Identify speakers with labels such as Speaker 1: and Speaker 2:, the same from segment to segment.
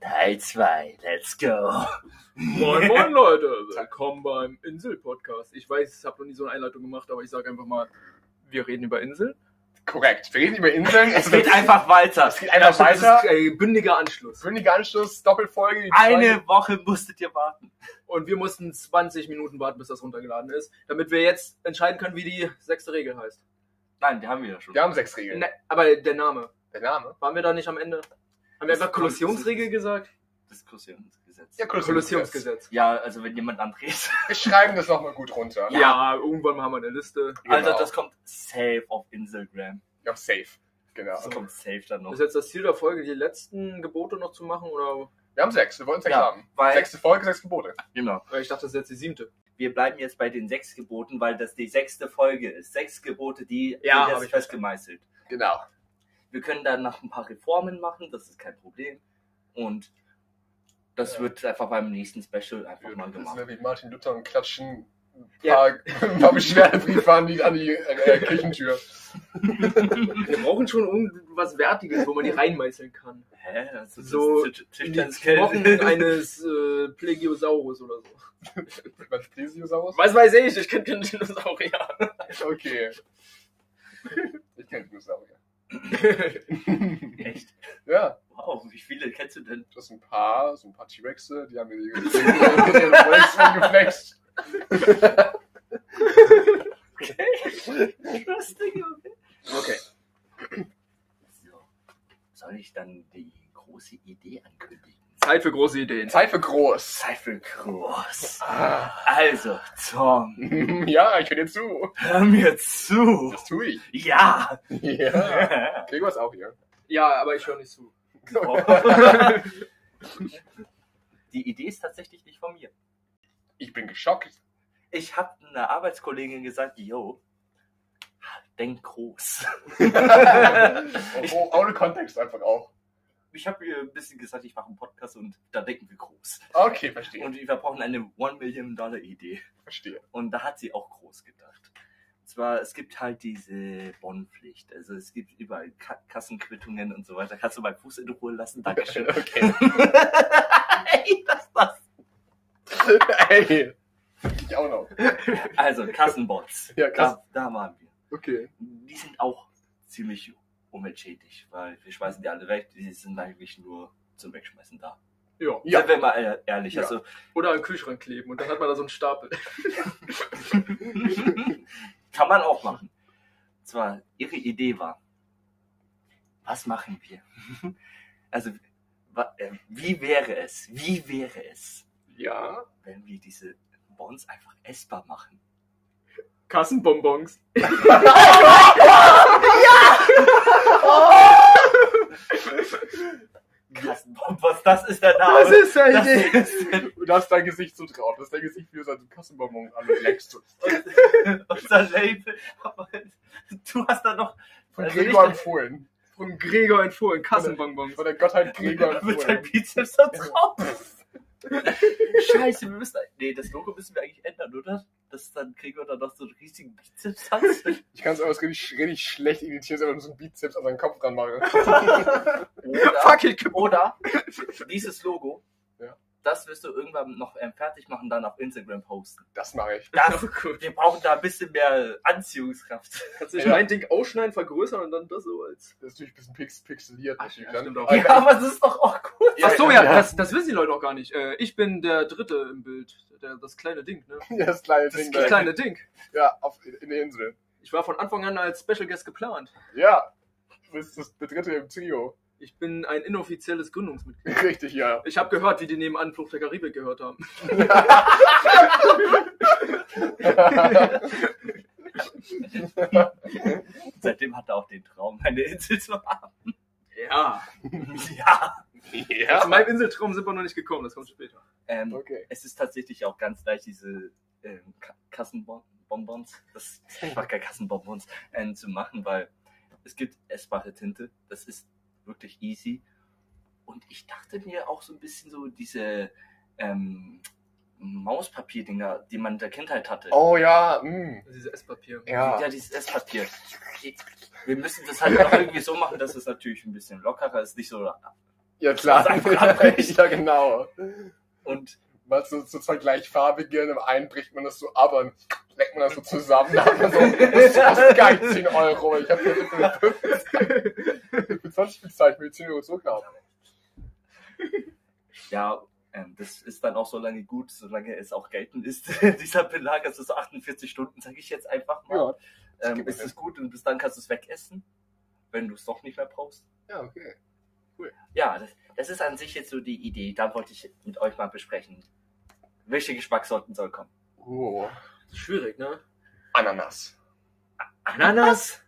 Speaker 1: Teil 2, let's go.
Speaker 2: Moin, moin, Leute. Willkommen beim Insel-Podcast. Ich weiß, ich habe noch nie so eine Einleitung gemacht, aber ich sage einfach mal, wir reden über Inseln.
Speaker 3: Korrekt. Wir reden über Inseln.
Speaker 1: Es geht einfach weiter.
Speaker 3: es geht einfach
Speaker 2: Das
Speaker 3: weiter.
Speaker 2: ist äh, bündiger Anschluss.
Speaker 3: Gründiger Anschluss, Doppelfolge. die
Speaker 1: Eine Woche musstet ihr warten.
Speaker 2: Und wir mussten 20 Minuten warten, bis das runtergeladen ist, damit wir jetzt entscheiden können, wie die sechste Regel heißt.
Speaker 1: Nein, die haben wir ja schon.
Speaker 3: zweite. Wir haben sechs Regeln.
Speaker 2: Ne, aber der Name.
Speaker 3: Der Name?
Speaker 2: Waren wir da nicht am Ende? Haben wir
Speaker 1: Das
Speaker 2: einfach Kolossionsregel gesagt?
Speaker 1: Diskussionsgesetz.
Speaker 3: Ja,
Speaker 2: Kolossionsgesetz.
Speaker 1: Ja, also wenn jemand andreht.
Speaker 3: Wir schreiben das nochmal gut runter.
Speaker 1: Ja.
Speaker 2: Ja, irgendwann haben wir eine Liste.
Speaker 3: Genau.
Speaker 1: Alter, Also das kommt safe auf Instagram.
Speaker 3: Ja, safe. Genau.
Speaker 1: Das kommt safe dann noch.
Speaker 2: Ist jetzt das Ziel der Folge, die letzten Gebote noch zu machen? Oder?
Speaker 3: Wir haben sechs. Wir wollten sechs
Speaker 1: Ja,
Speaker 3: haben.
Speaker 1: weil-
Speaker 3: Sechste Folge, sechs Gebote.
Speaker 1: Genau.
Speaker 2: Weil Ich dachte, das ist jetzt die siebte.
Speaker 1: Wir bleiben jetzt bei den sechs Geboten, weil das die sechste Folge ist. Sechs Gebote, die
Speaker 2: Ja,
Speaker 1: die
Speaker 2: hab
Speaker 1: das
Speaker 2: ich
Speaker 1: festgemeißelt.
Speaker 3: Genau.
Speaker 1: Wir können dann noch ein paar Reformen machen, das ist kein Problem. Und das
Speaker 3: Ja.
Speaker 1: wird einfach beim nächsten Special einfach mal
Speaker 3: Das ist
Speaker 1: gemacht.
Speaker 3: ja wie Martin Luther und klatschen ein
Speaker 2: Ja.
Speaker 3: paar, ein paar Beschwerdebriefe an die, an die äh, Kirchentür.
Speaker 2: Wir brauchen schon irgendwas Wertiges, wo man die reinmeißeln kann.
Speaker 1: Hä? Das ist
Speaker 2: So,
Speaker 1: das Tisch-
Speaker 2: Die
Speaker 1: Tischtenniskellen.
Speaker 2: Knochen eines äh, Plagiosaurus oder so.
Speaker 3: Was Plesiosaurus?
Speaker 2: Was weiß ich, ich kenne keinen Dinosaurier.
Speaker 3: Okay. Ich kenne Dinosaurier.
Speaker 1: Echt?
Speaker 3: Ja,
Speaker 1: Wow, wie viele kennst du denn?
Speaker 3: das sind ein paar, so ein paar T-Rexe, die haben mir die, die, die, die, die, die geflext.
Speaker 1: Lustig, okay.
Speaker 3: Okay.
Speaker 1: So. Soll ich dann die große Idee ankündigen?
Speaker 2: Zeit für große Ideen.
Speaker 3: Zeit für groß.
Speaker 1: Zeit für groß.
Speaker 2: Ah.
Speaker 1: Also, Tom,
Speaker 3: ja, ich höre dir zu.
Speaker 1: hör mir zu.
Speaker 3: Das tue ich.
Speaker 1: Ja.
Speaker 3: Ja. Gregor ist auch hier.
Speaker 2: Ja, aber ich höre nicht zu.
Speaker 1: Die Idee ist tatsächlich nicht von mir.
Speaker 3: Ich bin geschockt.
Speaker 1: Ich habe einer Arbeitskollegin gesagt, yo, denk groß.
Speaker 3: Oh, ohne Kontext einfach auch.
Speaker 1: Ich habe ihr ein bisschen gesagt, ich mache einen Podcast und da denken wir groß.
Speaker 3: Okay, verstehe.
Speaker 1: Und wir brauchen eine one million dollar idee
Speaker 3: Verstehe.
Speaker 1: Und da hat sie auch groß gedacht. Und zwar, es gibt halt diese Bonpflicht. Also es gibt überall Ka Kassenquittungen und so weiter. Kannst du meinen Fuß in Ruhe lassen? Dankeschön.
Speaker 3: Okay.
Speaker 1: Ey, das war's.
Speaker 3: Ey. Ich auch noch.
Speaker 1: Also Kassenbots.
Speaker 3: Ja, Kassen-
Speaker 1: Da, da waren wir.
Speaker 3: Okay.
Speaker 1: Die sind auch ziemlich unentschädigt, weil wir schmeißen die alle weg. Die sind eigentlich nur zum Wegschmeißen da.
Speaker 2: Ja.
Speaker 3: Ja.
Speaker 1: Seien wir mal ehr- ehrlich.
Speaker 3: Ja.
Speaker 1: Also
Speaker 2: Oder an den Kühlschrank kleben und dann hat man da so einen Stapel.
Speaker 1: Kann man auch machen. Und Zwar, ihre Idee war, was machen wir? Also, wa- äh, wie wäre es, wie wäre es,
Speaker 3: Ja.
Speaker 1: wenn wir diese Bonds einfach essbar machen?
Speaker 2: Kassenbonbons.
Speaker 1: Kassenbon, was, das ist der Name.
Speaker 3: Das ist ja
Speaker 1: Das
Speaker 3: Idee.
Speaker 1: ist-
Speaker 3: Und da ist dein Gesicht so drauf. Das ist dein Gesicht, wie du so einen Kassenbonbon anlegst.
Speaker 1: und- Unser Label. Aber Du hast da noch
Speaker 3: Von
Speaker 1: Also
Speaker 3: Gregor
Speaker 1: nicht-
Speaker 3: empfohlen.
Speaker 2: Von Gregor empfohlen. Kassenbonbons.
Speaker 3: Von der Gottheit Gregor
Speaker 1: mit deinem
Speaker 3: empfohlen.
Speaker 1: Bizeps da drauf. Scheiße, wir müssen. Nee, das Logo müssen wir eigentlich ändern, oder? Dass dann kriegen wir dann noch so einen riesigen Bizeps hat.
Speaker 3: Ich kann es aber richtig, richtig schlecht imitieren, wenn ich so einen Bizeps an seinen Kopf dran mache.
Speaker 1: Oder-
Speaker 2: Fuck, ich kipp-
Speaker 1: Oder dieses Logo,
Speaker 3: Ja.
Speaker 1: das wirst du irgendwann noch ähm, fertig machen, dann auf Instagram posten.
Speaker 3: Das mache ich.
Speaker 1: Das,
Speaker 2: gut.
Speaker 1: wir brauchen da ein bisschen mehr Anziehungskraft.
Speaker 2: Kannst du nicht
Speaker 3: Ja.
Speaker 2: mein Ding ausschneiden, vergrößern und dann das so als.
Speaker 3: Das ist natürlich ein bisschen pix pixeliert.
Speaker 2: Ach,
Speaker 3: natürlich
Speaker 2: ja,
Speaker 3: dann.
Speaker 2: stimmt auch.
Speaker 3: Aber
Speaker 1: Ja, aber das ist doch auch gut.
Speaker 3: Ja,
Speaker 2: Ach so, ja,
Speaker 3: ja.
Speaker 2: Das, das wissen die Leute auch gar nicht. Äh, ich bin der Dritte im Bild. Der, das kleine Ding, ne?
Speaker 3: Ja, das kleine
Speaker 2: Das
Speaker 3: Ding. da.
Speaker 2: kleine Ding.
Speaker 3: Ja, auf, in der Insel.
Speaker 2: Ich war von Anfang an als Special Guest geplant.
Speaker 3: Ja, du bist das der dritte im Trio.
Speaker 2: Ich bin ein inoffizielles Gründungsmitglied.
Speaker 3: Richtig, ja.
Speaker 2: Ich habe gehört, wie die nebenan Flucht der Karibik gehört haben.
Speaker 1: Seitdem hat er auch den Traum, eine Insel zu haben.
Speaker 2: Ja.
Speaker 1: Ja.
Speaker 2: Zu
Speaker 3: ja.
Speaker 2: meinem Inseltraum sind wir noch nicht gekommen, das kommt später.
Speaker 1: Ähm,
Speaker 3: Okay.
Speaker 1: Es ist tatsächlich auch ganz leicht, diese ähm, Ka- Kassenbonbons, das ist einfach keine Kassenbonbons, ähm, zu machen, weil es gibt essbare Tinte, das ist wirklich easy. Und ich dachte mir auch so ein bisschen so diese ähm, Mauspapier-Dinger, die man in der Kindheit hatte.
Speaker 3: Oh ja, mm.
Speaker 2: Dieses Esspapier.
Speaker 3: ja.
Speaker 1: Ja, dieses Esspapier. Wir müssen das halt auch irgendwie so machen, dass es natürlich ein bisschen lockerer ist, nicht so
Speaker 3: Ja, klar.
Speaker 1: Was einfach abbricht.
Speaker 3: ja, genau.
Speaker 1: Und
Speaker 3: Weil so, so zwei gleichfarbige, in einem einen bricht man das so ab und leckt man das so zusammen. Da hat man so, das kostet gar nicht 10 Euro. Ich hab hier mit 20 bezahlt, ich will 10 Euro zurückhaben.
Speaker 1: ja, ähm, das ist dann auch so lange gut, solange es auch geltend ist. Dieser Belag, also so 48 Stunden, sage ich jetzt einfach mal.
Speaker 3: Ja, das
Speaker 1: ähm,
Speaker 3: gibt
Speaker 1: ist
Speaker 3: mir
Speaker 1: es gut und bis dann kannst du es wegessen, wenn du es doch nicht mehr brauchst.
Speaker 3: ja, okay.
Speaker 1: Ja, das, das ist an sich jetzt so die Idee. Da wollte ich mit euch mal besprechen. Welche Geschmackssorten sollen kommen?
Speaker 3: Oh.
Speaker 2: Schwierig, ne?
Speaker 3: Ananas.
Speaker 2: Ananas?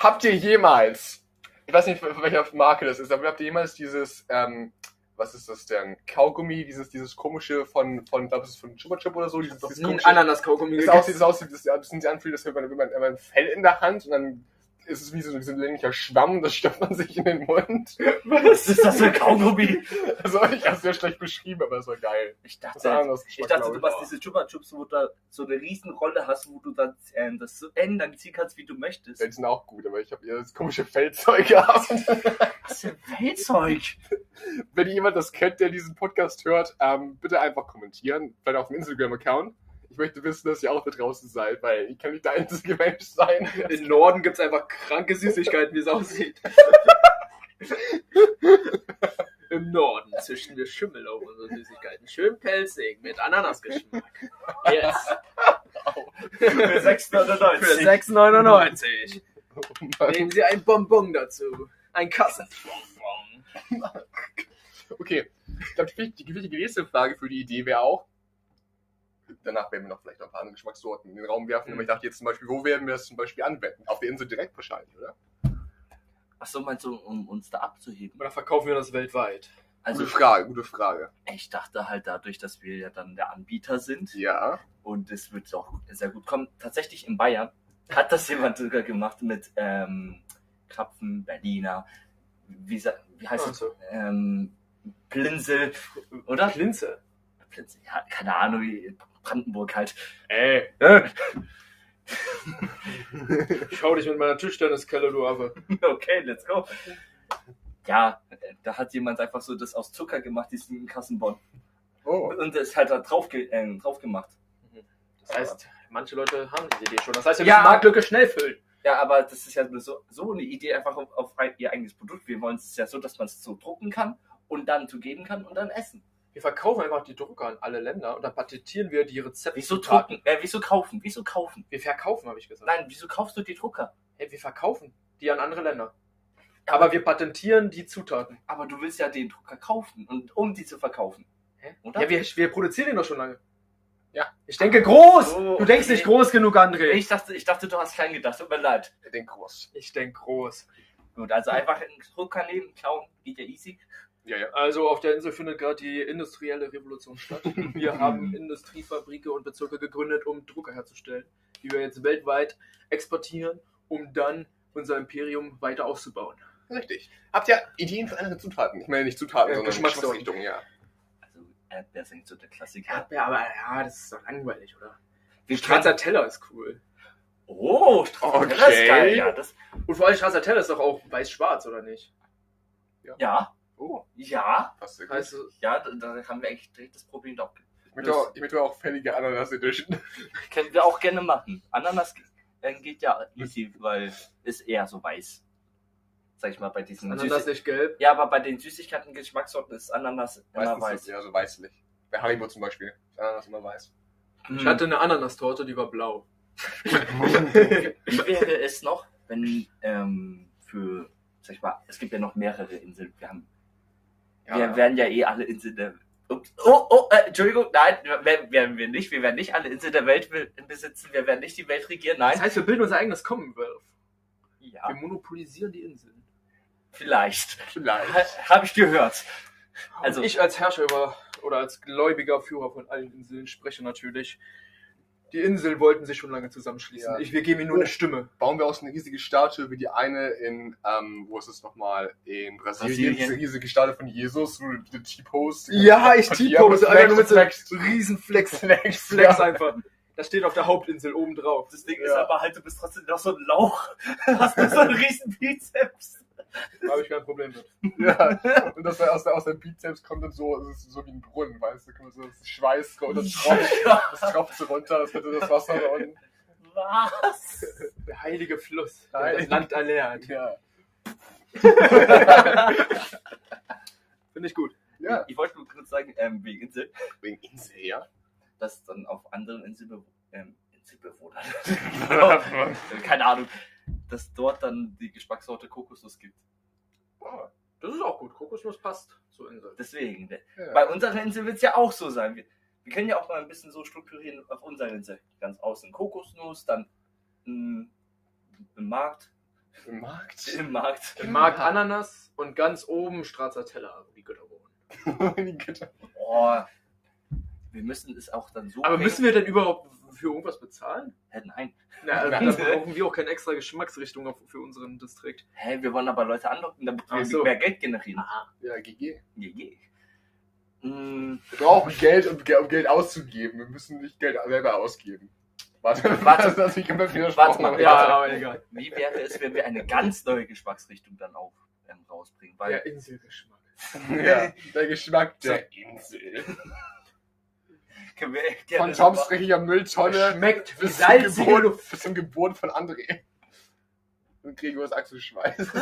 Speaker 3: Habt ihr jemals, ich weiß nicht, von welcher Marke das ist, aber habt ihr jemals dieses, ähm, was ist das denn? Kaugummi, dieses, dieses komische von, von, glaub, es ist von Chupa Chup oder so, dieses, dieses
Speaker 2: Ein
Speaker 3: komische.
Speaker 2: Ananas-Kaugummi
Speaker 3: Das aussieht, das aussieht, das das sind die Anfühler, das hat man, wenn man, wenn man ein Fell in der Hand und dann ist es wie so, wie so ein länglicher Schwamm, das stopft man sich in den Mund.
Speaker 1: Was ist das für ein Kaugummi?
Speaker 3: Also, ich hab's sehr schlecht beschrieben, aber es war geil.
Speaker 1: Ich
Speaker 3: Das
Speaker 1: dachte,
Speaker 3: ist anders.
Speaker 1: Ich dachte, du machst diese Chupa Chups, wo du so eine riesen Rolle hast, wo du dann äh, das so eng dann ziehen kannst, wie du möchtest.
Speaker 3: Ja, die sind auch gut, aber ich habe ihr das komische Feldzeug gehabt.
Speaker 1: Was für ein Feldzeug?
Speaker 3: Wenn jemand das kennt, der diesen Podcast hört, ähm, bitte einfach kommentieren, vielleicht auf dem Instagram-Account. Ich möchte wissen, dass ihr auch da draußen seid, weil ich kann nicht der einzige Mensch sein.
Speaker 2: Im Norden gibt's einfach kranke Süßigkeiten, wie es aussieht. Im Norden zwischen wir Schimmel auf unsere Süßigkeiten. Schön pelzig mit Ananasgeschmack. Yes.
Speaker 1: Für
Speaker 2: Für
Speaker 1: 6,99.
Speaker 2: 6,99.
Speaker 3: Oh Mann.
Speaker 2: Nehmen Sie ein Bonbon dazu. Ein Kassenbonbon.
Speaker 3: Okay, ich glaube, die, die, die nächste Frage für die Idee wäre auch, danach werden wir noch vielleicht noch ein paar andere Geschmackssorten in den Raum werfen,
Speaker 1: Mhm.
Speaker 3: aber ich dachte jetzt zum Beispiel, wo werden wir das zum Beispiel anwenden? Auf der Insel direkt wahrscheinlich, oder?
Speaker 1: Achso, meinst du, um uns da abzuheben?
Speaker 2: Oder verkaufen wir das weltweit?
Speaker 1: Also,
Speaker 3: gute Frage, gute Frage.
Speaker 1: ich dachte halt dadurch, dass wir ja dann der Anbieter sind
Speaker 3: Ja.
Speaker 1: und es wird auch sehr gut kommen. Tatsächlich in Bayern hat das jemand sogar gemacht mit ähm, Krapfen, Berliner, wie, sa- wie heißt es?
Speaker 2: Also,
Speaker 1: Ähm, Plinsel, oder?
Speaker 2: Klinze.
Speaker 1: Plötzlich, ja, keine Ahnung, wie Brandenburg halt.
Speaker 2: Ey,
Speaker 1: okay,
Speaker 2: schau dich mit meiner Tischtenniskelle, du Affe.
Speaker 1: let's go. Ja, da hat jemand einfach so das aus Zucker gemacht, diesen Kassenbon.
Speaker 3: Oh.
Speaker 1: Und das hat er drauf, ge äh, drauf gemacht.
Speaker 2: Das heißt, manche Leute haben diese Idee schon. Das heißt, wir
Speaker 1: Ja.
Speaker 2: müssen Marktlücke schnell füllen.
Speaker 1: Ja, aber das ist ja nur so, so eine Idee einfach auf, auf ein, ihr eigenes Produkt. Wir wollen es ja so, dass man es so drucken kann und dann zugeben kann und dann essen.
Speaker 2: Wir verkaufen einfach die Drucker an alle Länder und dann patentieren wir die Rezepte.
Speaker 1: Wieso drucken? Äh, wieso kaufen? Wieso kaufen?
Speaker 2: Wir verkaufen, habe ich gesagt.
Speaker 1: Nein, wieso kaufst du die Drucker?
Speaker 2: Hey, wir verkaufen die an andere Länder. Aber wir patentieren die Zutaten.
Speaker 1: Aber du willst ja den Drucker kaufen und um die zu verkaufen.
Speaker 2: Hä?
Speaker 1: Oder?
Speaker 2: Ja, wir, wir produzieren den doch schon lange.
Speaker 3: Ja.
Speaker 2: Ich denke groß.
Speaker 1: Oh,
Speaker 2: Du denkst
Speaker 1: okay.
Speaker 2: nicht groß genug, André.
Speaker 1: Ich dachte, ich dachte, du hast klein gedacht. Tut mir leid.
Speaker 3: Ich denke groß.
Speaker 2: ich denke groß.
Speaker 1: Gut, also einfach in Drucker nehmen, klauen, geht ja easy.
Speaker 3: Ja, ja.
Speaker 2: Also auf der Insel findet gerade die industrielle Revolution statt. Wir haben Industriefabrike und Bezirke gegründet, um Drucker herzustellen, die wir jetzt weltweit exportieren, um dann unser Imperium weiter auszubauen.
Speaker 3: Richtig. Habt ihr Ideen für andere Zutaten? Ich meine nicht Zutaten,
Speaker 1: Äh,
Speaker 2: Ja,
Speaker 3: sondern
Speaker 2: Geschmackssorten.
Speaker 3: Geschmacksrichtungen, ja.
Speaker 1: Also Erdbeer sind so der Klassiker.
Speaker 2: Erdbeer, aber ja, das ist doch langweilig, oder?
Speaker 1: Wir können-
Speaker 2: Stracciatella ist cool.
Speaker 1: Oh, Stracciatella
Speaker 3: Okay.
Speaker 1: ist geil. Ja, das,
Speaker 2: Und vor allem Stracciatella ist doch auch weiß-schwarz, oder nicht?
Speaker 1: ja,
Speaker 3: Oh,
Speaker 1: ja,
Speaker 3: passt sehr gut.
Speaker 2: Heißt,
Speaker 1: ja, da, da haben wir echt direkt das Problem doch.
Speaker 3: Ich möchte auch, ich möchte auch fällige Ananas Edition.
Speaker 1: Können wir auch gerne machen. Ananas äh, geht ja easy, weil ist eher so weiß. Sag ich mal, bei diesen
Speaker 2: Ananas
Speaker 1: Süßi-
Speaker 2: nicht gelb.
Speaker 1: Ja, aber bei den Süßigkeiten-Geschmackssorten ist Ananas immer
Speaker 3: Meistens
Speaker 1: weiß.
Speaker 3: ist ja so weißlich. Bei Haribo zum Beispiel. Ist Ananas immer weiß.
Speaker 1: Hm.
Speaker 2: Ich hatte eine Ananastorte, die war blau.
Speaker 1: Wie wäre es noch, wenn ähm, für, sag ich mal, es gibt ja noch mehrere Inseln. Wir haben
Speaker 3: Ja,
Speaker 1: wir werden ja eh alle Inseln der Ups. Oh, oh, äh, Entschuldigung, nein, wer- werden wir nicht. Wir werden nicht alle Inseln der Welt be- besitzen. Wir werden nicht die Welt regieren.
Speaker 2: Das
Speaker 1: Nein. Ah.
Speaker 2: heißt, wir bilden unser eigenes Commonwealth. Wir
Speaker 1: Ja,
Speaker 2: monopolisieren die Inseln.
Speaker 1: vielleicht.
Speaker 3: Vielleicht.
Speaker 1: Ha, Habe ich gehört. Also-
Speaker 2: Also ich als Herrscher über, oder als gläubiger Führer von allen Inseln spreche natürlich. Die Inseln wollten sich schon lange zusammenschließen.
Speaker 3: Ja.
Speaker 2: Ich, wir geben ihnen nur eine Stimme.
Speaker 3: bauen wir aus eine riesige Statue wie die eine in, ähm, wo ist es nochmal, in Brasilien,
Speaker 1: Brasilien.
Speaker 3: diese riesige Statue von Jesus, wo du die T-Post.
Speaker 2: Ja, ich T-Pose, Alter, nur mit so einem
Speaker 3: Flex,
Speaker 2: Riesenflex.
Speaker 3: Flex,
Speaker 2: Flex
Speaker 3: ja.
Speaker 2: einfach. Das steht auf der Hauptinsel oben drauf.
Speaker 1: Das Ding halt,
Speaker 3: Ja.
Speaker 1: ist aber halt, du bist trotzdem noch so ein Lauch. Hast du so einen riesen Bizeps.
Speaker 2: Habe ich kein Problem mit.
Speaker 3: Ja, und das aus der, aus der Bizeps kommt dann so, es ist so wie ein Brunnen, weißt du, da kommt so das Schweiß und das tropft, das tropft so runter, das wird so das Wasser da unten.
Speaker 1: Was?
Speaker 2: Der heilige Fluss.
Speaker 3: Der
Speaker 2: Der das
Speaker 3: heilige-
Speaker 2: Land erlernt.
Speaker 3: Ja.
Speaker 2: Finde ich gut.
Speaker 3: Ja.
Speaker 1: Ich wollte nur kurz sagen, ähm, wegen Insel,
Speaker 3: Wegen Insel, ja.
Speaker 1: dass dann auf anderen Inselbe ähm, Inselbewohnern, Genau. keine Ahnung, dass dort dann die Geschmackssorte Kokosnuss gibt.
Speaker 3: Boah,
Speaker 2: Das ist auch gut. Kokosnuss passt zur Insel.
Speaker 1: Deswegen, ne? bei
Speaker 3: ja.
Speaker 1: unserer Insel wird es ja auch so sein. Wir, wir können ja auch mal ein bisschen so strukturieren auf unserer Insel. Ganz außen Kokosnuss, dann mh, im Markt,
Speaker 3: Im Markt.
Speaker 1: im Markt.
Speaker 2: Im Markt Ananas und ganz oben Stracciatella, wo die Götter wohnen.
Speaker 3: Die Götter.
Speaker 1: Oh, wir müssen es auch dann so.
Speaker 2: Aber müssen wir denn überhaupt für irgendwas bezahlen?
Speaker 1: Hä, nein.
Speaker 2: Na, also, dann brauchen wir auch keine extra Geschmacksrichtung auf, für unseren Distrikt.
Speaker 1: Hä, wir wollen aber Leute anlocken, damit
Speaker 2: Ach
Speaker 1: wir
Speaker 2: so.
Speaker 1: mehr Geld generieren.
Speaker 2: Ah,
Speaker 3: ja, GG.
Speaker 1: GG. Mm,
Speaker 3: Wir brauchen Geld, um, Ge- um Geld auszugeben. Wir müssen nicht Geld selber ausgeben. Warte,
Speaker 1: Warte.
Speaker 3: das hat sich komplett
Speaker 1: Warte
Speaker 3: widersprochen.
Speaker 1: mal,
Speaker 2: Ja,
Speaker 1: warte.
Speaker 2: aber egal.
Speaker 1: wie wäre es, wenn wir eine ganz neue Geschmacksrichtung dann auch ähm, rausbringen? Weil
Speaker 2: Der Inselgeschmack.
Speaker 3: Ja, der Geschmack der Insel.
Speaker 1: können wir
Speaker 3: Von
Speaker 1: gerne
Speaker 3: Toms
Speaker 1: machen.
Speaker 3: richtiger Mülltonne
Speaker 2: Schmeckt wie
Speaker 3: bis zum,
Speaker 2: salzige
Speaker 3: Geburt,
Speaker 2: Luft.
Speaker 3: bis zum Geburt von André. Und Gregors Axel Schweiß.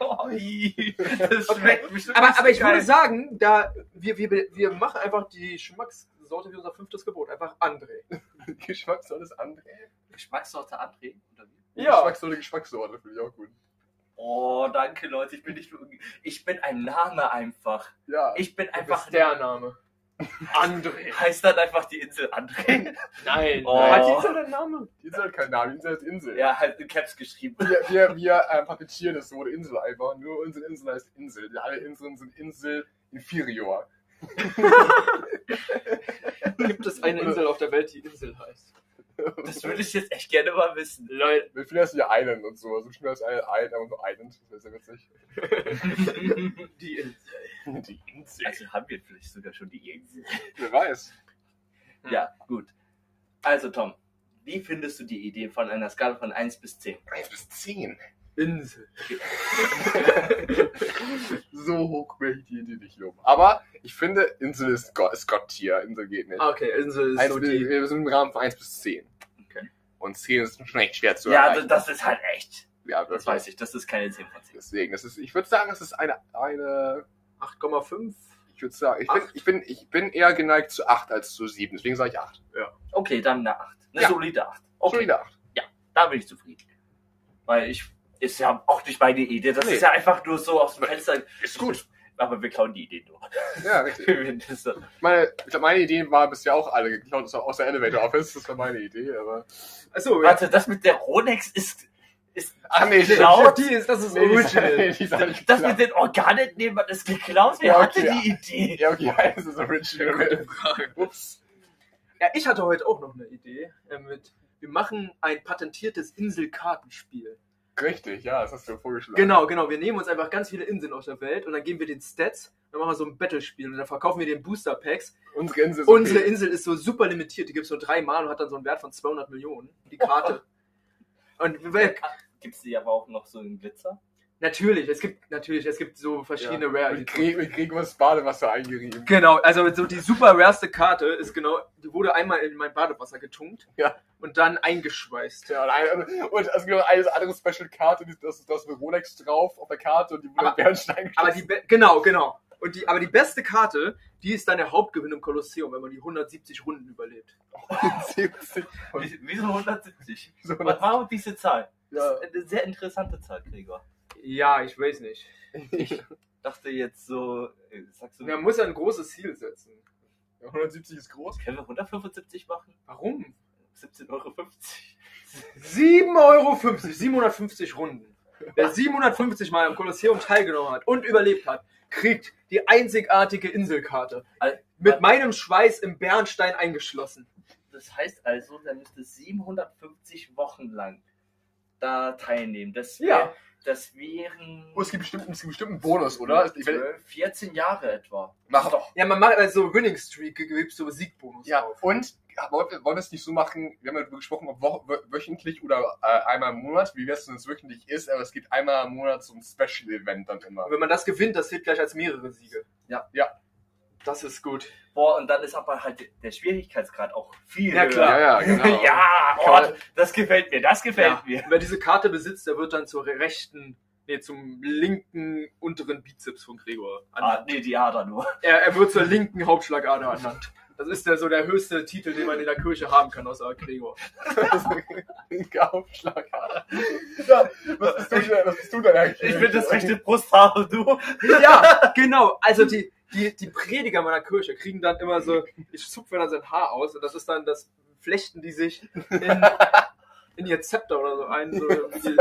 Speaker 1: Oh, ii, das
Speaker 2: Okay.
Speaker 1: schmeckt bestimmt
Speaker 2: Aber, aber ich
Speaker 1: geil.
Speaker 2: würde sagen, da wir, wir, wir machen einfach die Geschmackssorte wie unser fünftes Gebot. Einfach André.
Speaker 3: Geschmackssorte ist André.
Speaker 1: Geschmackssorte anregen oder wie?
Speaker 2: Ja.
Speaker 3: Geschmackssorte, Geschmackssorte, finde ich auch gut.
Speaker 1: Oh, danke Leute, ich bin nicht nur, ich bin ein Name einfach.
Speaker 3: Ja.
Speaker 1: Ich bin
Speaker 2: Einfach
Speaker 1: einfach
Speaker 2: der Name. André.
Speaker 1: Heißt dann einfach die Insel André?
Speaker 2: Nein.
Speaker 1: Oh.
Speaker 2: Hat die so einen Namen?
Speaker 3: Die Insel hat keinen Namen, die Insel heißt Insel.
Speaker 1: ja, halt in Caps geschrieben.
Speaker 3: Wir, wir, wir ähm, patentieren das Wort Insel einfach. Nur unsere Insel heißt Insel. Alle Inseln sind Insel inferior.
Speaker 2: Gibt es eine Insel auf der Welt, die Insel heißt?
Speaker 1: Das würde ich jetzt echt gerne mal wissen.
Speaker 2: Leute.
Speaker 3: Wir finden das hier Island und so. So schnell als Island, aber so Island. Das ist ja witzig.
Speaker 2: Die Insel.
Speaker 3: Die Insel.
Speaker 1: Also haben wir vielleicht sogar schon die Insel.
Speaker 3: Wer weiß.
Speaker 1: Ja, gut. Also Tom, wie findest du die Idee von einer Skala von 1 bis 10?
Speaker 3: 1 bis 10.
Speaker 2: Insel.
Speaker 3: So hoch möchte ich die Idee nicht loben. Aber ich finde, Insel ist Gott, ist Gotttier. Insel geht nicht.
Speaker 2: Ah, okay, Insel ist
Speaker 3: Eins
Speaker 2: so
Speaker 3: bis,
Speaker 2: die.
Speaker 3: wir sind im Rahmen von 1 bis 10.
Speaker 1: Okay.
Speaker 3: Und 10 ist schon echt schwer zu
Speaker 1: Ja,
Speaker 3: erreichen.
Speaker 1: das, das ist halt echt.
Speaker 3: ja, wirklich.
Speaker 1: Das weiß ich, das ist keine 10 von 10.
Speaker 3: Deswegen, das ist, ich würde sagen, es ist eine, eine
Speaker 2: 8,5.
Speaker 3: ich würde sagen, ich bin,
Speaker 2: Acht.
Speaker 3: ich, bin, ich bin eher geneigt zu 8 als zu 7. Deswegen sage ich 8.
Speaker 1: Okay, dann eine 8. Eine
Speaker 3: Ja.
Speaker 1: solide 8.
Speaker 3: Okay.
Speaker 1: Okay,
Speaker 3: Solide 8.
Speaker 1: da bin ich zufrieden. Weil ich, ist ja auch nicht meine Idee. Das
Speaker 3: Nee.
Speaker 1: ist ja einfach nur so aus dem Fenster.
Speaker 3: Ist gut.
Speaker 1: Aber wir klauen die Idee nur.
Speaker 3: Ja, richtig.
Speaker 1: Wir finden das dann-
Speaker 3: Ich meine, ich glaub, meine Ideen waren bisher auch alle geklaut, außer Elevator Office. Das war meine Idee, aber.
Speaker 2: Achso, ja.
Speaker 1: Warte, das mit der Rolex ist. ist
Speaker 3: Ach nee,
Speaker 1: Genau.
Speaker 2: Genau die ist, das ist
Speaker 3: Nee, die ist-
Speaker 2: original.
Speaker 3: die ist halt auch nicht
Speaker 1: das
Speaker 3: geklaut.
Speaker 1: mit den Organentnehmern ist geklaut. Wer
Speaker 3: Ja,
Speaker 1: hatte
Speaker 3: okay.
Speaker 1: die Idee?
Speaker 3: Ja, okay, ja, es ist original. Ups.
Speaker 2: Ja, ich hatte heute auch noch eine Idee äh, mit, wir machen ein patentiertes Inselkartenspiel.
Speaker 3: Richtig, ja, das hast du vorgeschlagen.
Speaker 2: Genau, genau. Wir nehmen uns einfach ganz viele Inseln aus der Welt und dann geben wir den Stats, dann machen wir so ein Battlespiel und dann verkaufen wir den Booster Packs.
Speaker 3: Unsere Insel ist
Speaker 2: Unsere
Speaker 3: okay.
Speaker 2: Insel ist so super limitiert, die gibt's nur dreimal und hat dann so einen Wert von 200 Millionen, die Karte. Und wir-
Speaker 1: Gibt es die aber auch noch so einen Glitzer?
Speaker 2: natürlich, es gibt natürlich, es gibt so verschiedene
Speaker 3: ja.
Speaker 2: Rare.
Speaker 3: Mit, Gre mit Gregors Badewasser eingerieben.
Speaker 2: Genau, also so die super rareste Karte ist genau, die wurde einmal in mein Badewasser getunkt
Speaker 3: Ja.
Speaker 2: und dann eingeschweißt.
Speaker 3: Ja, und, ein, und es gibt noch eine andere Special-Karte, die- da ist da ist eine Rolex drauf auf der Karte und die wurde
Speaker 2: Aber-
Speaker 3: auf Bernstein
Speaker 2: Aber die be- genau, genau. Und die, aber die beste Karte, die ist dann der Hauptgewinn im Kolosseum, wenn man die 170 Runden überlebt.
Speaker 3: gesetzt. Und
Speaker 1: Wie- Wieso 170?
Speaker 3: so
Speaker 1: Was- Warum diese Zahl?
Speaker 3: ja.
Speaker 1: Das ist eine sehr interessante Zahl, Gregor.
Speaker 2: Ja, ich weiß nicht.
Speaker 1: Dachte jetzt so, äh, sagst du,
Speaker 2: Man muss ja ein großes Ziel setzen.
Speaker 3: 170 ist groß.
Speaker 1: können wir 175 machen?
Speaker 2: Warum?
Speaker 1: 17,50 Euro.
Speaker 2: 7,50 Euro, 750 Runden. Wer 750 Mal im Kolosseum teilgenommen hat und überlebt hat, kriegt die einzigartige Inselkarte.
Speaker 1: Al-
Speaker 2: Mit meinem Schweiß im Bernstein eingeschlossen.
Speaker 1: Das heißt also, der müsste 750 Wochen lang da teilnehmen. Das, wär,
Speaker 2: Ja.
Speaker 1: das wären
Speaker 3: Oh, es gibt bestimmt, es gibt bestimmt einen Bonus, oder? Ich
Speaker 2: Äh,
Speaker 3: will,
Speaker 1: 14 Jahre etwa.
Speaker 3: mach doch.
Speaker 2: Ja, man macht also so Winning Streak, gibst so Siegbonus
Speaker 3: Ja,
Speaker 2: auf.
Speaker 3: und wollen wir, wollen wir es nicht so machen, wir haben ja darüber gesprochen, ob wo, wö- wöchentlich oder äh, einmal im Monat, wie wäre es, wenn es wöchentlich ist, aber es gibt einmal im Monat so ein Special-Event dann immer.
Speaker 2: Und wenn man das gewinnt, das zählt gleich als mehrere Siege.
Speaker 1: Ja.
Speaker 3: Ja.
Speaker 2: Das ist gut.
Speaker 1: Boah, und dann ist aber halt der Schwierigkeitsgrad auch viel
Speaker 2: Ja,
Speaker 1: höher.
Speaker 2: klar.
Speaker 3: ja, genau.
Speaker 1: ja,
Speaker 3: Kann
Speaker 1: oh, das gefällt mir, das gefällt
Speaker 2: Ja.
Speaker 1: mir.
Speaker 2: Wer diese Karte besitzt, der wird dann zur rechten, nee, zum linken unteren Bizeps von Gregor
Speaker 1: Ah,
Speaker 2: ernannt.
Speaker 1: nee, die Ader nur.
Speaker 2: Er, er wird zur linken Hauptschlagader ernannt. Das ist der, so der höchste Titel, den man in der Kirche haben kann, außer Gregor.
Speaker 3: Aufschlag. Ja, was bist du denn, was bist du denn eigentlich?
Speaker 1: Ich bin das rechte Brusthaar und du.
Speaker 2: Ja, genau. Also die, die, die Prediger meiner Kirche kriegen dann immer so, ich zupfe dann sein Haar aus und das ist dann, das flechten die sich in, in ihr Zepter oder so ein. So, wie die,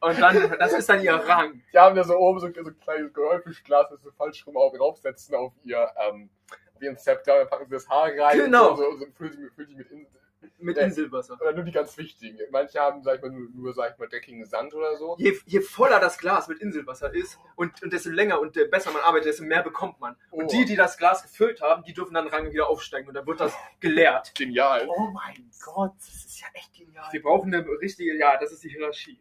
Speaker 2: und dann, das ist dann ihr Rang.
Speaker 3: Die haben da so oben so, so ein kleines Geräuschglas, das sie falsch rum auf, draufsetzen auf ihr, ähm, auf ihren Zepter, dann packen sie das Haar rein.
Speaker 2: Genau.
Speaker 3: Und so, und so füllen sie mit, füllen sie mit in,
Speaker 2: Mit
Speaker 3: Ja.
Speaker 2: Inselwasser.
Speaker 3: oder nur die ganz wichtigen. Manche haben, sag ich mal, nur, nur sag ich mal, dreckigen Sand oder so.
Speaker 2: Je, je voller das Glas mit Inselwasser ist und, und desto länger und äh, besser man arbeitet, desto mehr bekommt man.
Speaker 3: Oh.
Speaker 2: Und die, die das Glas gefüllt haben, die dürfen dann Rang wieder aufsteigen und dann wird das geleert.
Speaker 3: Genial.
Speaker 1: Oh mein Gott, das ist ja echt genial.
Speaker 2: Sie brauchen eine richtige, ja, das ist die Hierarchie.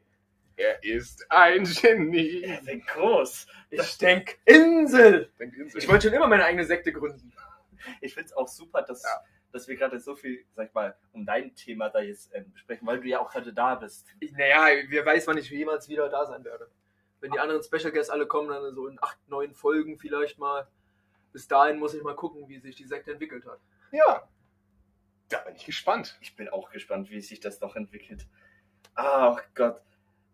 Speaker 3: Er ist ein Genie.
Speaker 1: Der ist groß.
Speaker 2: Ich denk Insel!
Speaker 3: Denkt Insel.
Speaker 2: Ich wollte schon immer meine eigene Sekte gründen.
Speaker 1: Ich finde es auch super, dass,
Speaker 3: Ja.
Speaker 1: dass wir gerade so viel, sag ich mal, um dein Thema da jetzt ähm, besprechen, weil du ja auch gerade da bist.
Speaker 2: Ich, naja, wer weiß, wann ich jemals wieder da sein werde. Wenn die anderen Special Guests alle kommen, dann so in acht, neun Folgen vielleicht mal. Bis dahin muss ich mal gucken, wie sich die Sekte entwickelt hat.
Speaker 3: ja. Da bin ich gespannt.
Speaker 1: Ich bin auch gespannt, wie sich das noch entwickelt. Ach Gott.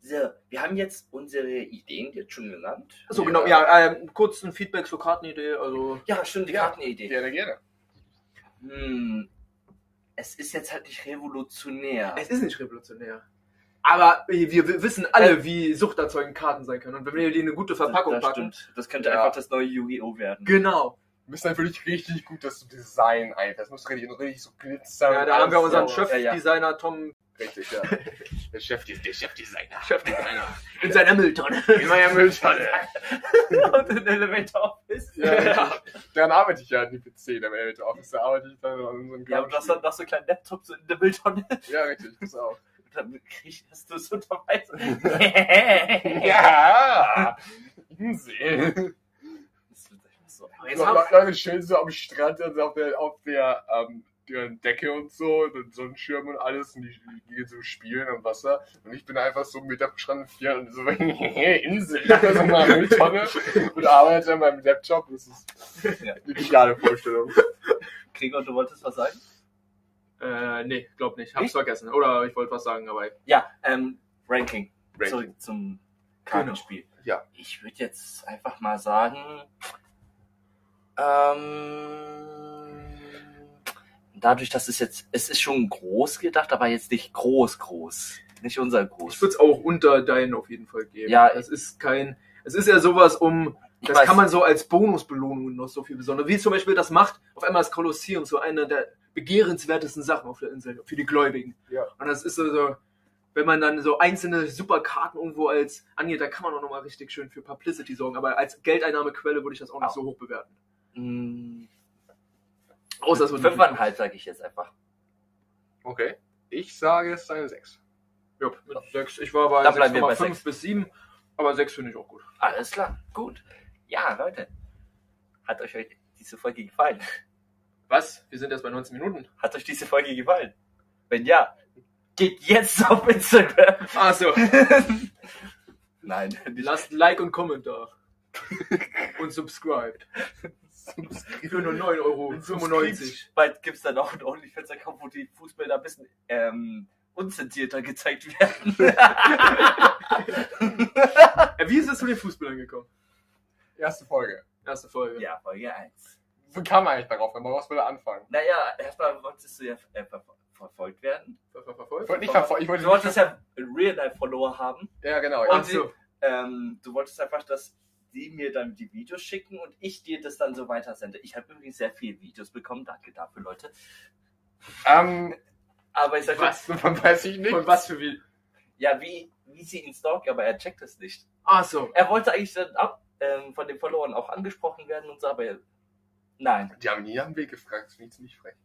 Speaker 1: So, wir haben jetzt unsere Ideen jetzt schon genannt.
Speaker 2: So
Speaker 3: Ja.
Speaker 2: genau, ja, ähm, kurz ein Feedback zur Kartenidee. Also
Speaker 1: Ja, stimmt, die
Speaker 3: Ja.
Speaker 1: Kartenidee.
Speaker 3: Gerne, gerne.
Speaker 1: Hm, es ist jetzt halt nicht revolutionär.
Speaker 2: Es ist nicht revolutionär. Aber wir wir wissen alle, wie suchterzeugend Karten sein können. Und wenn wir die in eine gute
Speaker 1: Äh,
Speaker 2: Verpackung
Speaker 1: das, das
Speaker 2: packen.
Speaker 1: stimmt. Das könnte
Speaker 3: Ja.
Speaker 1: einfach das neue Yu-Gi-Oh! werden.
Speaker 2: Genau.
Speaker 3: Du bist natürlich richtig gut, dass du Design einfach. Das muss richtig, richtig so glitzern.
Speaker 2: Ja, da haben wir
Speaker 3: alles
Speaker 2: unseren
Speaker 3: sauber.
Speaker 1: ja, ja.
Speaker 2: Chefdesigner Tom
Speaker 3: Richtig, ja. Der Chef, der Chefdesigner.
Speaker 2: Chefdesigner in seiner Mülltonne.
Speaker 3: In meiner Mülltonne.
Speaker 1: Und ein Elevator Office.
Speaker 3: Ja, ja. Daran arbeite ich ja an die PC, am Editor Office. Da arbeite ich dann an unserem
Speaker 1: Ja, aber du hast
Speaker 3: Grafikstil.
Speaker 1: dann noch so einen kleinen Laptop so in der Bildtonne.
Speaker 3: Ja, richtig, das auch.
Speaker 1: Und dann kriegst du es unter Weiß.
Speaker 3: Ja! Insel.
Speaker 1: Das wird einfach so.
Speaker 2: Jetzt haben,
Speaker 3: Leute schön so am Strand, und auf der, auf der, ähm, der Decke und so, und Sonnenschirm und alles, und die, die gehen so spielen am Wasser. Und ich bin einfach so mit am Strand vier und so, Insel, so in meiner Mülltonne und arbeite an meinem Laptop. Das ist
Speaker 1: Ja.
Speaker 3: eine geniale Vorstellung.
Speaker 1: Gregor, du wolltest was sagen?
Speaker 2: äh, nee, glaub nicht. Hab's vergessen. Oder ich wollte was sagen, aber
Speaker 1: Ja, ähm, Ranking. Genau.
Speaker 3: Ranking.
Speaker 1: Zurück zum Kartenspiel.
Speaker 3: Ja.
Speaker 1: Ich würde jetzt einfach mal sagen, ähm, dadurch, dass es jetzt, es ist schon groß gedacht, aber jetzt nicht groß, groß. Nicht unser groß.
Speaker 2: ich würde es auch unter deinen auf jeden Fall geben.
Speaker 1: Ja.
Speaker 2: Es ist kein. Es ist ja sowas um.
Speaker 1: Ich
Speaker 2: Das
Speaker 1: weiß.
Speaker 2: kann man so als Bonusbelohnung noch so viel besonders. Wie zum Beispiel das macht auf einmal das Kolosseum so eine der begehrenswertesten Sachen auf der Insel für die Gläubigen.
Speaker 3: Ja.
Speaker 2: Und das ist so, so wenn man dann so einzelne Superkarten irgendwo als angeht, da kann man auch nochmal richtig schön für Publicity sorgen. Aber als Geldeinnahmequelle würde ich das auch nicht
Speaker 1: Au.
Speaker 2: so hoch bewerten.
Speaker 1: Mm,
Speaker 2: Außer es wird
Speaker 1: Fünfeinhalb sage ich jetzt einfach.
Speaker 3: Okay. Ich sage, es ist eine 6.
Speaker 2: Ja, mit sechs. Ich war bei
Speaker 1: Da bleiben wir bei
Speaker 2: 6,5
Speaker 1: sechs.
Speaker 2: bis 7, aber 6 finde ich auch gut.
Speaker 1: Alles klar, gut. Ja, Leute, hat euch heute diese Folge gefallen?
Speaker 2: Was? Wir sind erst bei 19 Minuten.
Speaker 1: Hat euch diese Folge gefallen? Wenn ja, geht jetzt auf Instagram.
Speaker 2: Ach so.
Speaker 1: Nein, nicht.
Speaker 2: Lasst ein Like und Comment da. Und subscribed. Für nur 9,95 Euro.
Speaker 1: Bald gibt's dann auch einen OnlyFans-Account, wo die Fußbilder ein bisschen ähm, unzensierter gezeigt werden.
Speaker 2: Äh, Wie ist es zu den Fußballern gekommen?
Speaker 3: Erste Folge.
Speaker 2: Erste Folge.
Speaker 1: ja, Folge 1.
Speaker 3: Wie kam man eigentlich darauf, wenn man was will anfangen?
Speaker 1: Naja, erstmal wolltest du ja äh, ver verfolgt werden.
Speaker 2: Ver- ver-
Speaker 3: Ich
Speaker 2: verfolgt?
Speaker 3: wollte nicht verfolgen. Ich wollte
Speaker 1: Du
Speaker 3: nicht
Speaker 1: wolltest ja Real-Life-Follower haben.
Speaker 3: ver- ja, genau.
Speaker 2: Ach
Speaker 3: Ja.
Speaker 1: Und-
Speaker 2: so.
Speaker 1: Ähm, du wolltest einfach, dass die mir dann die Videos schicken und ich dir das dann so weitersende. Ich habe übrigens sehr viele Videos bekommen, danke dafür, Leute.
Speaker 3: Ähm,
Speaker 1: Aber ich sag mal,
Speaker 3: was? Weiß ich nicht.
Speaker 2: Von was für wie?
Speaker 1: ja, wie, wie sie ihn stalkt, aber er checkt es nicht.
Speaker 2: Ach so.
Speaker 1: Er wollte eigentlich dann ab ähm, von den Followern auch angesprochen werden und so, aber er- nein.
Speaker 3: Die haben nie am Weg gefragt, das finde ich ziemlich frech.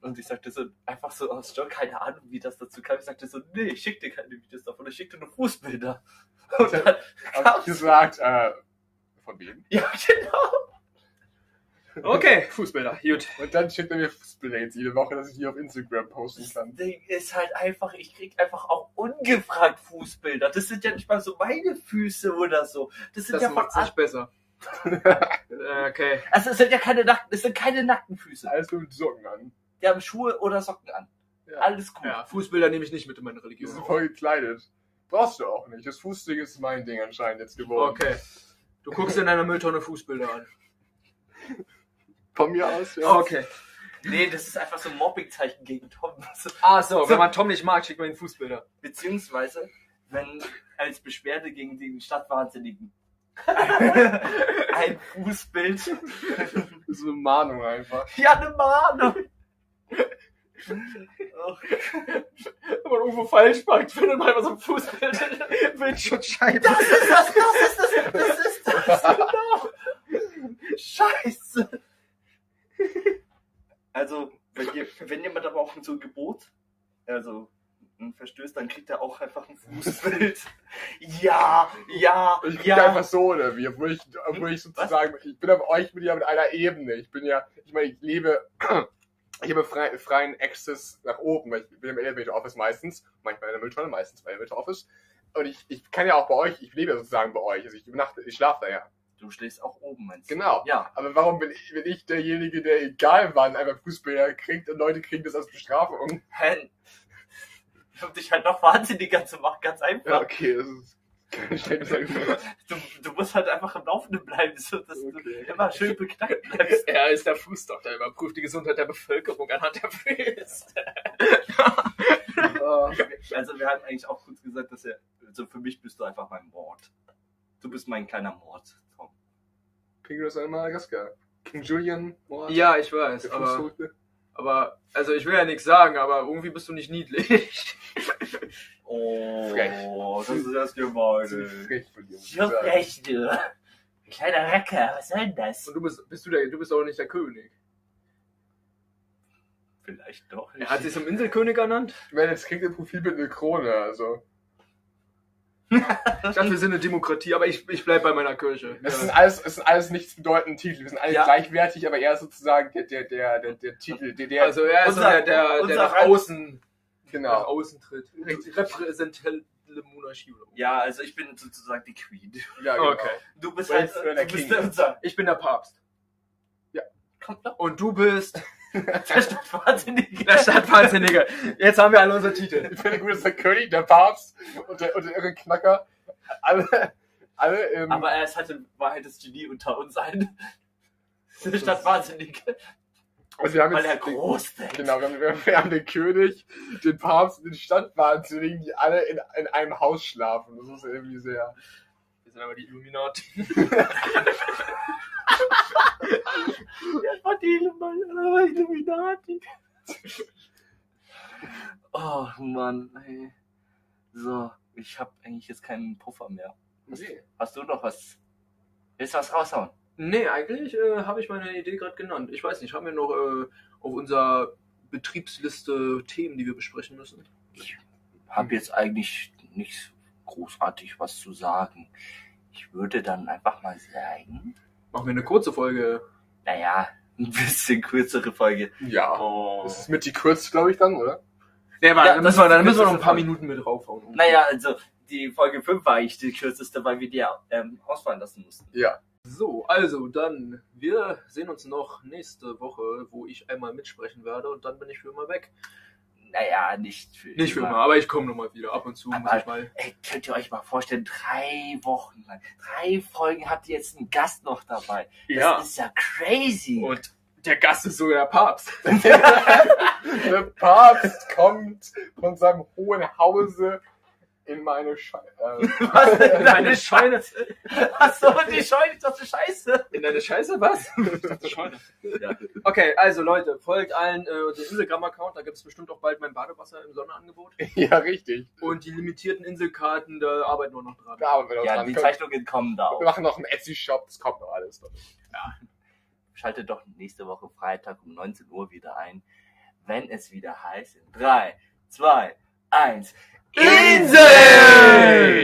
Speaker 1: Und ich sagte so, einfach so aus Job, keine Ahnung, wie das dazu kam. Ich sagte so, nee, ich schickte keine Videos davon, ich schickte nur Fußbilder. Und dann
Speaker 3: Hab ich gesagt, äh, von wem?
Speaker 1: ja, genau.
Speaker 2: Okay, Fußbilder, gut.
Speaker 3: Und dann schickt er mir Fußbilder jetzt jede Woche, dass ich die auf Instagram posten
Speaker 1: Das
Speaker 3: kann.
Speaker 1: Ding ist halt einfach, ich krieg einfach auch ungefragt Fußbilder. Das sind ja nicht mal so meine Füße oder so. Das sind
Speaker 2: Das
Speaker 1: ja von
Speaker 2: macht's nicht besser. Äh, okay.
Speaker 1: Also es sind ja keine nackten, es sind keine nackten Füße.
Speaker 3: Alles nur mit Socken an.
Speaker 1: Die haben Schuhe oder Socken an.
Speaker 3: Ja.
Speaker 1: Alles gut.
Speaker 2: Ja, Fußbilder nehme ich nicht mit in meine
Speaker 3: Die sind
Speaker 2: Religion.
Speaker 3: voll gekleidet. Brauchst du auch nicht. Das Fußding ist mein Ding anscheinend jetzt geworden.
Speaker 2: Okay. Du guckst in einer Mülltonne Fußbilder an.
Speaker 3: Von mir aus, ja.
Speaker 2: Okay.
Speaker 1: Nee, das ist einfach so ein Mobbingzeichen gegen Tom. Also,
Speaker 2: Ah, so, wenn man Tom nicht mag, schickt man ihm Fußbilder.
Speaker 1: Beziehungsweise, wenn als Beschwerde gegen den Stadtwahnsinnigen ein Fußbild.
Speaker 3: So eine Mahnung einfach.
Speaker 1: Ja, eine Mahnung. Oh,
Speaker 2: Wenn man irgendwo falsch packt, findet man immer so ein Fußbild. Windschutzscheibe.
Speaker 1: das ist das, das ist das, das ist das, genau. Scheiße. Also, wenn, ihr, wenn jemand aber auch so ein Gebot, also ein verstößt, dann kriegt er auch einfach ein Fußbild. Ja, ja,
Speaker 3: Ich krieg
Speaker 1: ja.
Speaker 3: einfach so, oder wie? Obwohl ich, obwohl ich sozusagen, ich bin aber euch, bin ja mit einer Ebene. Ich bin ja, ich meine, ich lebe, ich habe frei, freien Access nach oben, weil ich bin im Elevator Office meistens, manchmal in der Mülltonne, meistens im Elevator Office. Und ich, ich kann ja auch bei euch, ich lebe ja sozusagen bei euch, also ich übernachte, ich schlafe da ja.
Speaker 1: Du schläfst auch oben, meinst du?
Speaker 3: Genau.
Speaker 1: Ja.
Speaker 3: Aber warum bin ich, bin ich derjenige, der egal wann einfach Fußbilder kriegt und Leute kriegen das als Bestrafung?
Speaker 1: Hen. Um dich halt noch wahnsinniger zu machen, ganz
Speaker 3: Ja,
Speaker 1: einfach.
Speaker 3: okay, das ist kein schlechtes Argument.
Speaker 1: Du, du musst halt einfach im Laufenden bleiben, so dass
Speaker 3: Okay.
Speaker 1: du immer schön beknackt bleibst.
Speaker 2: Er ist der Fußdoktor, überprüft die Gesundheit der Bevölkerung anhand der Füße.
Speaker 3: Ah,
Speaker 1: Also wir hatten eigentlich auch kurz gesagt, dass er, also für mich bist du einfach mein Mord. Du bist mein kleiner Mord, Tom.
Speaker 3: Pinguin in Madagaskar. King Julian, Mord,
Speaker 2: Ja, ich weiß,
Speaker 3: der
Speaker 2: aber,
Speaker 3: Fußnote.
Speaker 2: aber, also ich will ja nichts sagen, aber irgendwie bist du nicht niedlich.
Speaker 1: Oh,
Speaker 3: Frech.
Speaker 1: das ist das
Speaker 3: Ziemlich
Speaker 1: Gemeine.
Speaker 3: frech von dir. muss ich
Speaker 1: Also, Ja,
Speaker 3: sagen.
Speaker 1: echt, du. Kleiner Racker, was soll denn das?
Speaker 2: Und du bist, bist du der, du bist auch nicht der König.
Speaker 1: Vielleicht doch.
Speaker 2: Er hat sich zum Inselkönig ernannt?
Speaker 3: Ich meine, jetzt kriegt ihr Profilbild eine Krone, also.
Speaker 2: Ich dachte, wir sind eine Demokratie, aber ich, ich bleib bei meiner Kirche.
Speaker 3: Es sind
Speaker 2: Ja.
Speaker 3: alles, es sind alles nichts bedeutende Titel. Wir sind alle
Speaker 1: Ja.
Speaker 3: gleichwertig, aber er ist sozusagen der, der, der, der, der Titel, der, der,
Speaker 2: Also er ist
Speaker 1: Unser-
Speaker 2: der, der,
Speaker 1: unser
Speaker 2: der nach
Speaker 1: Reich-
Speaker 2: außen, nach
Speaker 3: genau.
Speaker 2: außen tritt.
Speaker 3: Richtig.
Speaker 2: Repräsentelle Monarchie. oder so.
Speaker 1: Ja, also ich bin sozusagen die Queen.
Speaker 3: Ja, genau.
Speaker 2: Okay.
Speaker 1: Du bist
Speaker 3: Weil
Speaker 1: halt,
Speaker 3: es für der
Speaker 1: du bist
Speaker 3: King ist.
Speaker 1: unser.
Speaker 2: Ich bin der Papst.
Speaker 1: Komm doch,
Speaker 2: Und du bist
Speaker 1: der Stadtwahnsinnige.
Speaker 2: der Stadtwahnsinnige. Jetzt haben wir alle unsere Titel.
Speaker 3: Ich finde gut, dass der König, der Papst und der, und der irre Knacker alle, alle ähm, im,
Speaker 1: Aber er ist halt in Wahrheit das Genie unter uns ein. Statt wahnsinnig.
Speaker 3: also wir haben
Speaker 1: Weil er
Speaker 3: jetzt, den,
Speaker 1: groß denkt.
Speaker 3: genau, wir haben, wir haben den König, den Papst und den Stadtwahnsinnigen, die alle in, in einem Haus schlafen. Das ist irgendwie sehr,
Speaker 2: Wir sind aber die Illuminati.
Speaker 1: Einfach die Illumi- äh, Illuminati. Oh Mann, ey. So, ich hab eigentlich jetzt keinen Puffer mehr. Hast du noch was? Willst du was raushauen?
Speaker 2: Nee, eigentlich äh, habe ich meine Idee gerade genannt. Ich weiß nicht, haben wir noch äh, auf unserer Betriebsliste Themen, die wir besprechen müssen? Hm.
Speaker 1: Hab jetzt eigentlich nicht großartig was zu sagen. Ich würde dann einfach mal sagen.
Speaker 2: Machen wir eine kurze Folge.
Speaker 1: Naja, ein bisschen kürzere Folge.
Speaker 3: Ja.
Speaker 1: Oh.
Speaker 3: Das ist mit die kurz, glaube ich, dann, oder?
Speaker 2: Nee, warte,
Speaker 1: Ja,
Speaker 2: dann
Speaker 1: das
Speaker 2: müssen wir, dann
Speaker 1: ist-
Speaker 2: müssen wir
Speaker 1: das
Speaker 2: noch
Speaker 1: ist
Speaker 2: ein paar
Speaker 1: voll.
Speaker 2: Minuten mit draufhauen.
Speaker 1: Naja, also die Folge 5 war eigentlich die kürzeste, weil wir die ähm, ausfallen lassen mussten.
Speaker 3: Ja.
Speaker 2: So, also dann, wir sehen uns noch nächste Woche, wo ich einmal mitsprechen werde und dann bin ich für immer weg.
Speaker 1: Naja, nicht für
Speaker 2: Nicht für immer, aber ich komme nochmal wieder. Ab und zu muss
Speaker 1: Aber-
Speaker 2: ich mal.
Speaker 1: Ey, könnt ihr euch mal vorstellen, drei Wochen lang, drei Folgen habt ihr jetzt einen Gast noch dabei. Das ist ja crazy.
Speaker 2: Und der Gast ist sogar der Papst.
Speaker 3: Der Papst kommt von seinem hohen Hause in meine Scheiße. Äh,
Speaker 1: was
Speaker 2: In deine Scheune.
Speaker 1: Achso, die Scheune ist doch so scheiße.
Speaker 2: In deine Scheiße, was?
Speaker 1: Ja.
Speaker 2: Okay, also Leute, folgt allen äh, den Instagram-Account, da gibt es bestimmt auch bald mein Badewasser im Sonderangebot.
Speaker 3: ja, richtig.
Speaker 2: Und die limitierten Inselkarten, da arbeiten wir noch dran.
Speaker 3: Da haben wir noch
Speaker 1: ja,
Speaker 3: dran.
Speaker 1: die
Speaker 3: Komm,
Speaker 1: Zeichnungen kommen da
Speaker 3: wir
Speaker 1: auch.
Speaker 3: machen noch einen Etsy-Shop, das kommt noch alles.
Speaker 1: Schaltet doch nächste Woche Freitag um 19 Uhr wieder ein, wenn es wieder heißt in 3, 2, 1. Insel!